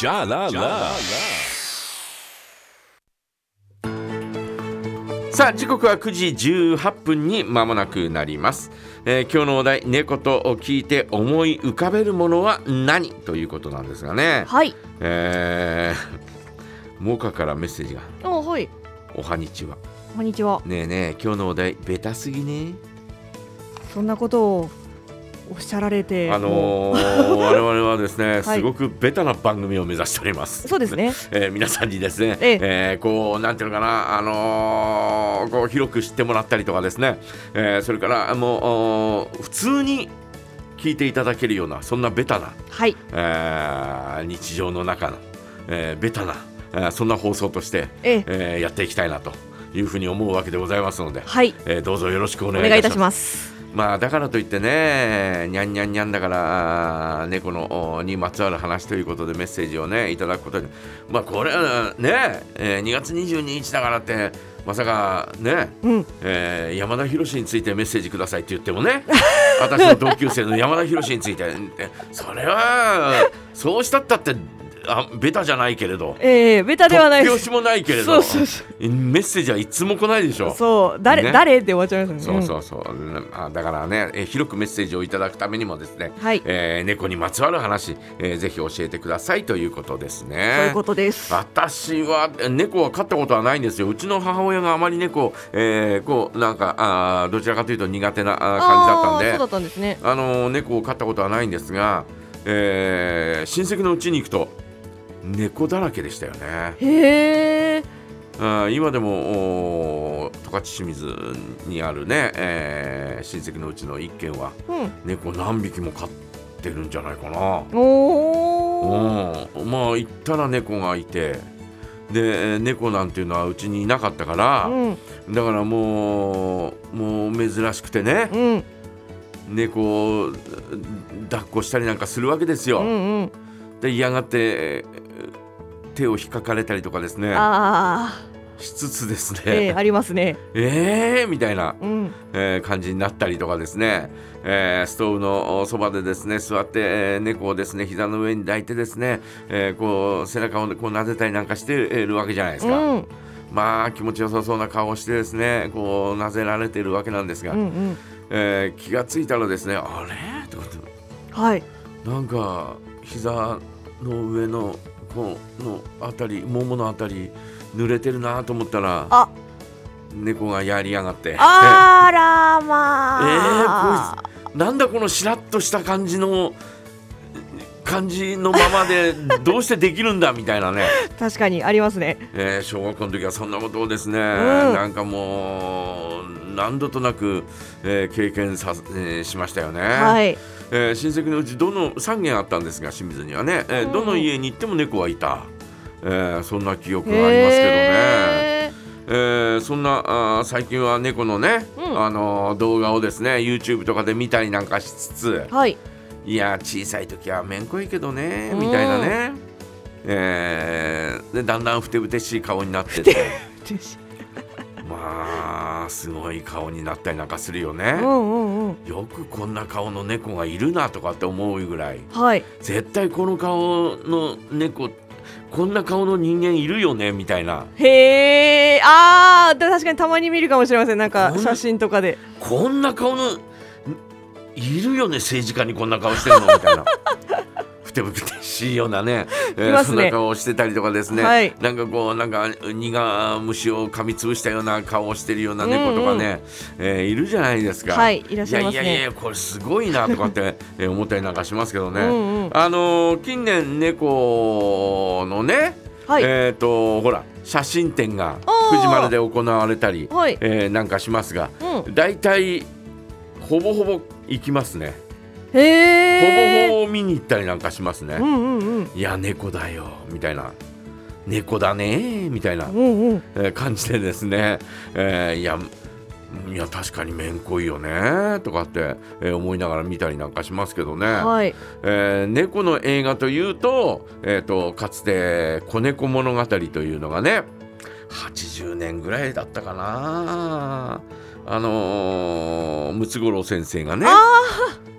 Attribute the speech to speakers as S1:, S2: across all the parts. S1: Ja la la.
S2: さあ時刻は9時18分に間もなくなります、えー今日のお題「猫と聞いて思い浮かべるものは何?」ということなんですがね
S3: はい。
S2: えー、 モカからメッセージが
S3: おはい。
S2: 「おはにちは
S3: こんにちは」。
S2: ねえねえ今日のお題ベタすぎね
S3: そんなことをおっしゃられて、
S2: あ
S3: も
S2: のー、我々はですね、
S3: はい
S2: すごくベタな番組を目指しております
S3: うそうですね。
S2: えー皆さんにですね、
S3: え
S2: え
S3: え
S2: ーこうなんていうのかな、あのーこう広く知ってもらったりとかですね、えーそれからもうおー普通に聞いていただけるようなそんなベタな、
S3: はい。
S2: えー日常の中の、えーベタな、えーそんな放送として、
S3: ええ
S2: えーやっていきたいなというふうに思うわけでございますので、
S3: はい。
S2: えーどうぞよろしくお
S3: お
S2: 願いい
S3: 願
S2: た
S3: い
S2: し
S3: い
S2: ま
S3: た
S2: す
S3: し。ます。
S2: まあだからといってね、にゃんにゃんにゃんだから、あー猫のおにまつわる話ということでメッセージをね、いただくことに、まあこれはね、えー2月22日だからって、まさかね、
S3: うん。
S2: えー山田博についてメッセージくださいって言ってもね、 私の同級生の山田博について、えそれは、そうしたったって、あベタじゃないけれど、
S3: ええベタではない
S2: 突
S3: で
S2: 拍
S3: す。
S2: 子もないけれど、
S3: そうそうそ
S2: メッセージはいつも来ないでしょ。
S3: そう誰、
S2: ね
S3: 誰って終わっちゃいます
S2: そ
S3: よ
S2: う
S3: ね。
S2: そうそう、うんあだからね、えー広くメッセージをいただくためにもですね、
S3: はい
S2: えー猫にまつわる話、えーぜひ教えてくださいということです
S3: うんそういう
S2: ね。
S3: ことです。
S2: 私はえー猫は飼ったことはないんですよ。うちの母親があまり猫、えーこうなんかあーどちらかというと苦手なあー感じだったん
S3: あー
S2: で
S3: そう、だったんですね。
S2: あの猫を飼ったことはないんですが、えー親戚のうちに行くと猫だらけでしたよね。
S3: へえ。
S2: あー今でもおー十勝清水にあるね、えー親戚のうちの一軒は
S3: うん。
S2: 猫何匹も飼ってるんじゃないかな。
S3: おお。
S2: うん、まあ行ったら猫がいてでえー猫なんていうのはうちにいなかったから、
S3: うん。
S2: だからもうもう珍しくてね、
S3: うん。
S2: 猫を抱っこしたりなんかするわけですよ。
S3: うん。うん。
S2: で嫌がってえー手を引っかかれたりとかですね
S3: ああ。
S2: しつつですね
S3: ええありますね。
S2: えーみたいな。
S3: うん。
S2: えー感じになったりとかですね、えーストーブのおそばでですね座って、えー猫をですね膝の上に抱いてですね、えーこう背中をこう撫でたりなんかしてえーるわけじゃないです
S3: うん。う
S2: か、
S3: ん。
S2: まあ気持ちよさそうな顔をしてですねこう撫でられてるわけなんですが、
S3: うん。
S2: えー気がついたらですねあれとかって
S3: はい。
S2: なんか膝の上のこのあたりもものあたり濡れてるなと思ったら
S3: あ、
S2: 猫がやりやがって。
S3: あら
S2: えー
S3: まあ。
S2: こいつなんだこのしらっとした感じの感じのまま でどうしてできるんだみたいなね、
S3: 確かにありますね。
S2: えー小学校の時はそんなことをですね、なんかもう何度となく、えー経験さ、えーしましたよね、
S3: はい。
S2: えー親戚のうちどの3軒あったんですが清水にはね、えー
S3: うん
S2: どの家に行っても猫はいた、えーそんな記憶がありますけどね。
S3: へえ。
S2: えーそんなあー最近は猫のね、
S3: うん
S2: あのー動画をですね YouTube とかで見たりなんかしつつ
S3: はい。
S2: いや小さい時はめんこいけどね
S3: うん
S2: みたいなね、えーでだんだんふてぶてしい顔になっててまあすごい顔になったりなんかするよ
S3: う
S2: ね、
S3: んうんうん。
S2: よくこんな顔の猫がいるなとかって思うぐらい
S3: はい。
S2: 絶対この顔の猫こんな顔の人間いるよねみたいな
S3: へえ。ああ、だ確かにたまに見るかもしれません。なんか
S2: こん
S3: 写真とかで。
S2: こんな顔のんいるよね政治家にこんな顔してるのみたい な。ふてぶてしいようなね、え
S3: い
S2: ー
S3: ます
S2: そ
S3: ね
S2: んな顔をしてたりとかですね、
S3: はい
S2: なんかこうなんか苦虫を噛みつぶしたような顔をしてるような猫とかね、えーいるじゃないですか。
S3: はいいらっしゃいますね
S2: やいやいやこれすごいなとかって、えー思ったりなんかしますけどね。
S3: うんうん
S2: あのー近年猫のね、
S3: はい。
S2: えっ、とほら写真展が
S3: あー
S2: 藤丸で行われたり、
S3: はい
S2: えーなんかしますが、
S3: う
S2: 大体ほぼほぼ行きますね、
S3: へえ。
S2: ほぼほぼ見に行ったりなんかしますね、
S3: うんうんうん。
S2: いや猫だよみたいな猫だねみたいな、
S3: うんうん。
S2: えー感じでですね、えーいやいや確かにめんこいよねとかって、えー思いながら見たりなんかしますけどね、
S3: はい。
S2: えー猫の映画というと,、えー、とかつて「子猫物語」というのがね80年ぐらいだったかなあのームツゴロウ先生がね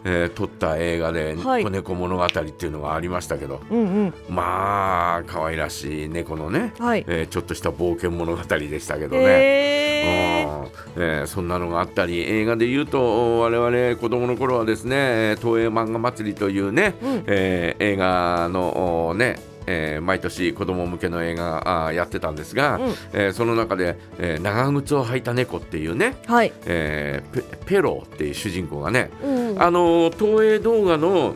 S2: えー撮った映画で「
S3: はい
S2: 子猫物語」っていうのがありましたけど
S3: うん
S2: まあ可愛らしい猫のね、
S3: うん。はい。
S2: えーちょっとした冒険物語でしたけどね。
S3: へー。
S2: うんえーそんなのがあったり映画で言うと我々子供の頃はですねえー東映漫画祭りというね、
S3: うん
S2: えー映画のおーねえー毎年子供向けの映画があーやってたんですが、
S3: うん
S2: えーその中で、えー長靴を履いた猫っていうね、
S3: はい。
S2: えーペペローっていう主人公がね、
S3: うん。
S2: あのー東映動画の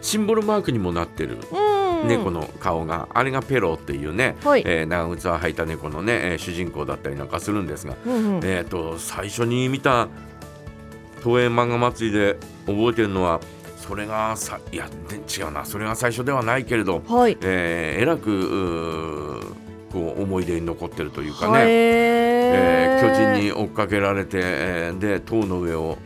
S2: シンボルマークにもなってる
S3: うん。
S2: 猫。の顔が、あれがペロっていうね、
S3: はい
S2: えー長靴を履いた猫のね、えー主人公だったりなんかするんですが、
S3: うん うん。
S2: えー、と最初に見た東映漫画祭りで覚えてるのはそれがさいやで違うなそれが最初ではないけれど、
S3: はい。
S2: えーえらくうーこう思い出に残ってるというか
S3: へ
S2: ね、え
S3: え
S2: ー巨人。に追っかけられて、えーで塔の上を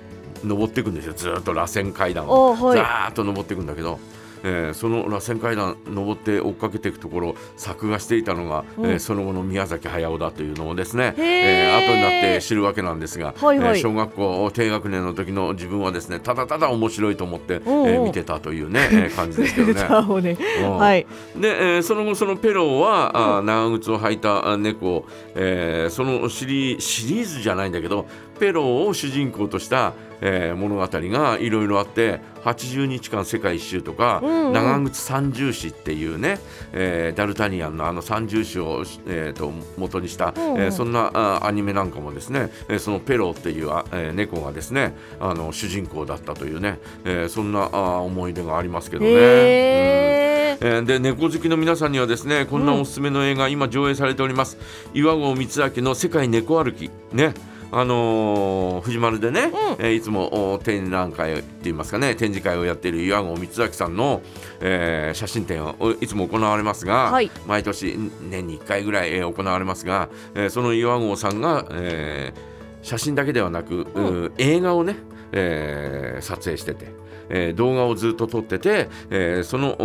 S2: 登っていくんですよずーっと螺旋階段を。
S3: おはい。
S2: ざーっと登っていくんだけど、えーその螺旋階段登って追っかけていくところ作画していたのが、
S3: うん
S2: えーその後の宮崎駿だというのをですね、
S3: へー
S2: えー後になって知るわけなんですが、
S3: はいはい
S2: えー小学校低学年の時の自分はですねただただ面白いと思って、え
S3: おうおう
S2: ー見てたというね、えー感じ ですけどね。
S3: 歌をね。
S2: うん
S3: はい。
S2: で、えーその後そのペローは、あー長靴を履いたあ猫を、えーそのシリシリーズじゃないんだけどペローを主人公とした、えー物語がいろいろあって80日間世界一周とか、
S3: うんうん
S2: 長靴三重詩っていうね、えーダルタニアンのあの三重詩を、えー、と元にした、
S3: うんうん
S2: えーそんなあーアニメなんかもですね、えーそのペローっていうあ、えー猫がですねあの主人公だったというね、えーそんなあー思い出がありますけどね。うん
S3: へー。
S2: えーで猫好きの皆さんにはですねこんなおすすめの映画、今上映されております岩合光明の「世界猫歩き」ねあのー藤丸でね、えーいつもお展覧会って言いますかね展示会をやっている岩合光明さんの、えー写真展をおいつも行われますが、
S3: はい
S2: 毎年ん年に1回ぐらい、えー行われますが、えーその岩合さんが、えー写真だけではなく、
S3: うん
S2: うー映画をね、えー撮影してて。えー動画をずっと撮ってて、えーその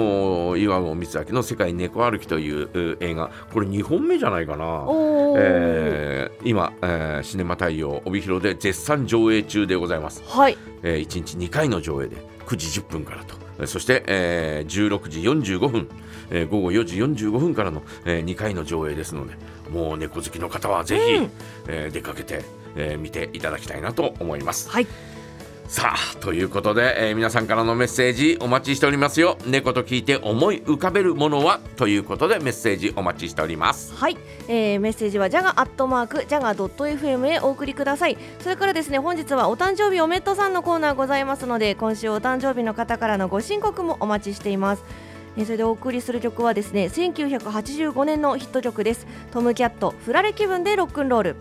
S2: おー岩合光明の「世界猫歩き」といううー映画これ2本目じゃないかな、
S3: おー。
S2: えー今、えーシネマ太陽帯広で絶賛上映中でございます、
S3: はい。
S2: え1日2回の上映で9時10分からとえーそして、えー16時45分、えー午後4時45分からの、え2回の上映ですのでもう猫好きの方はぜひ、
S3: うん
S2: えー出かけて、えー見ていただきたいなと思います。
S3: はい。
S2: さあということで、えー皆さんからのメッセージお待ちしておりますよ猫と聞いて思い浮かべるものはということでメッセージお待ちしております
S3: はい、えー、メッセージはジャガアットマークジャガドット FM へお送りくださいそれからですね本日はお誕生日おめっとさんのコーナーございますので今週お誕生日の方からのご申告もお待ちしていますえーそれでお送りする曲はですね1985年のヒット曲ですトム・キャット「フラれ気分でロックンロール」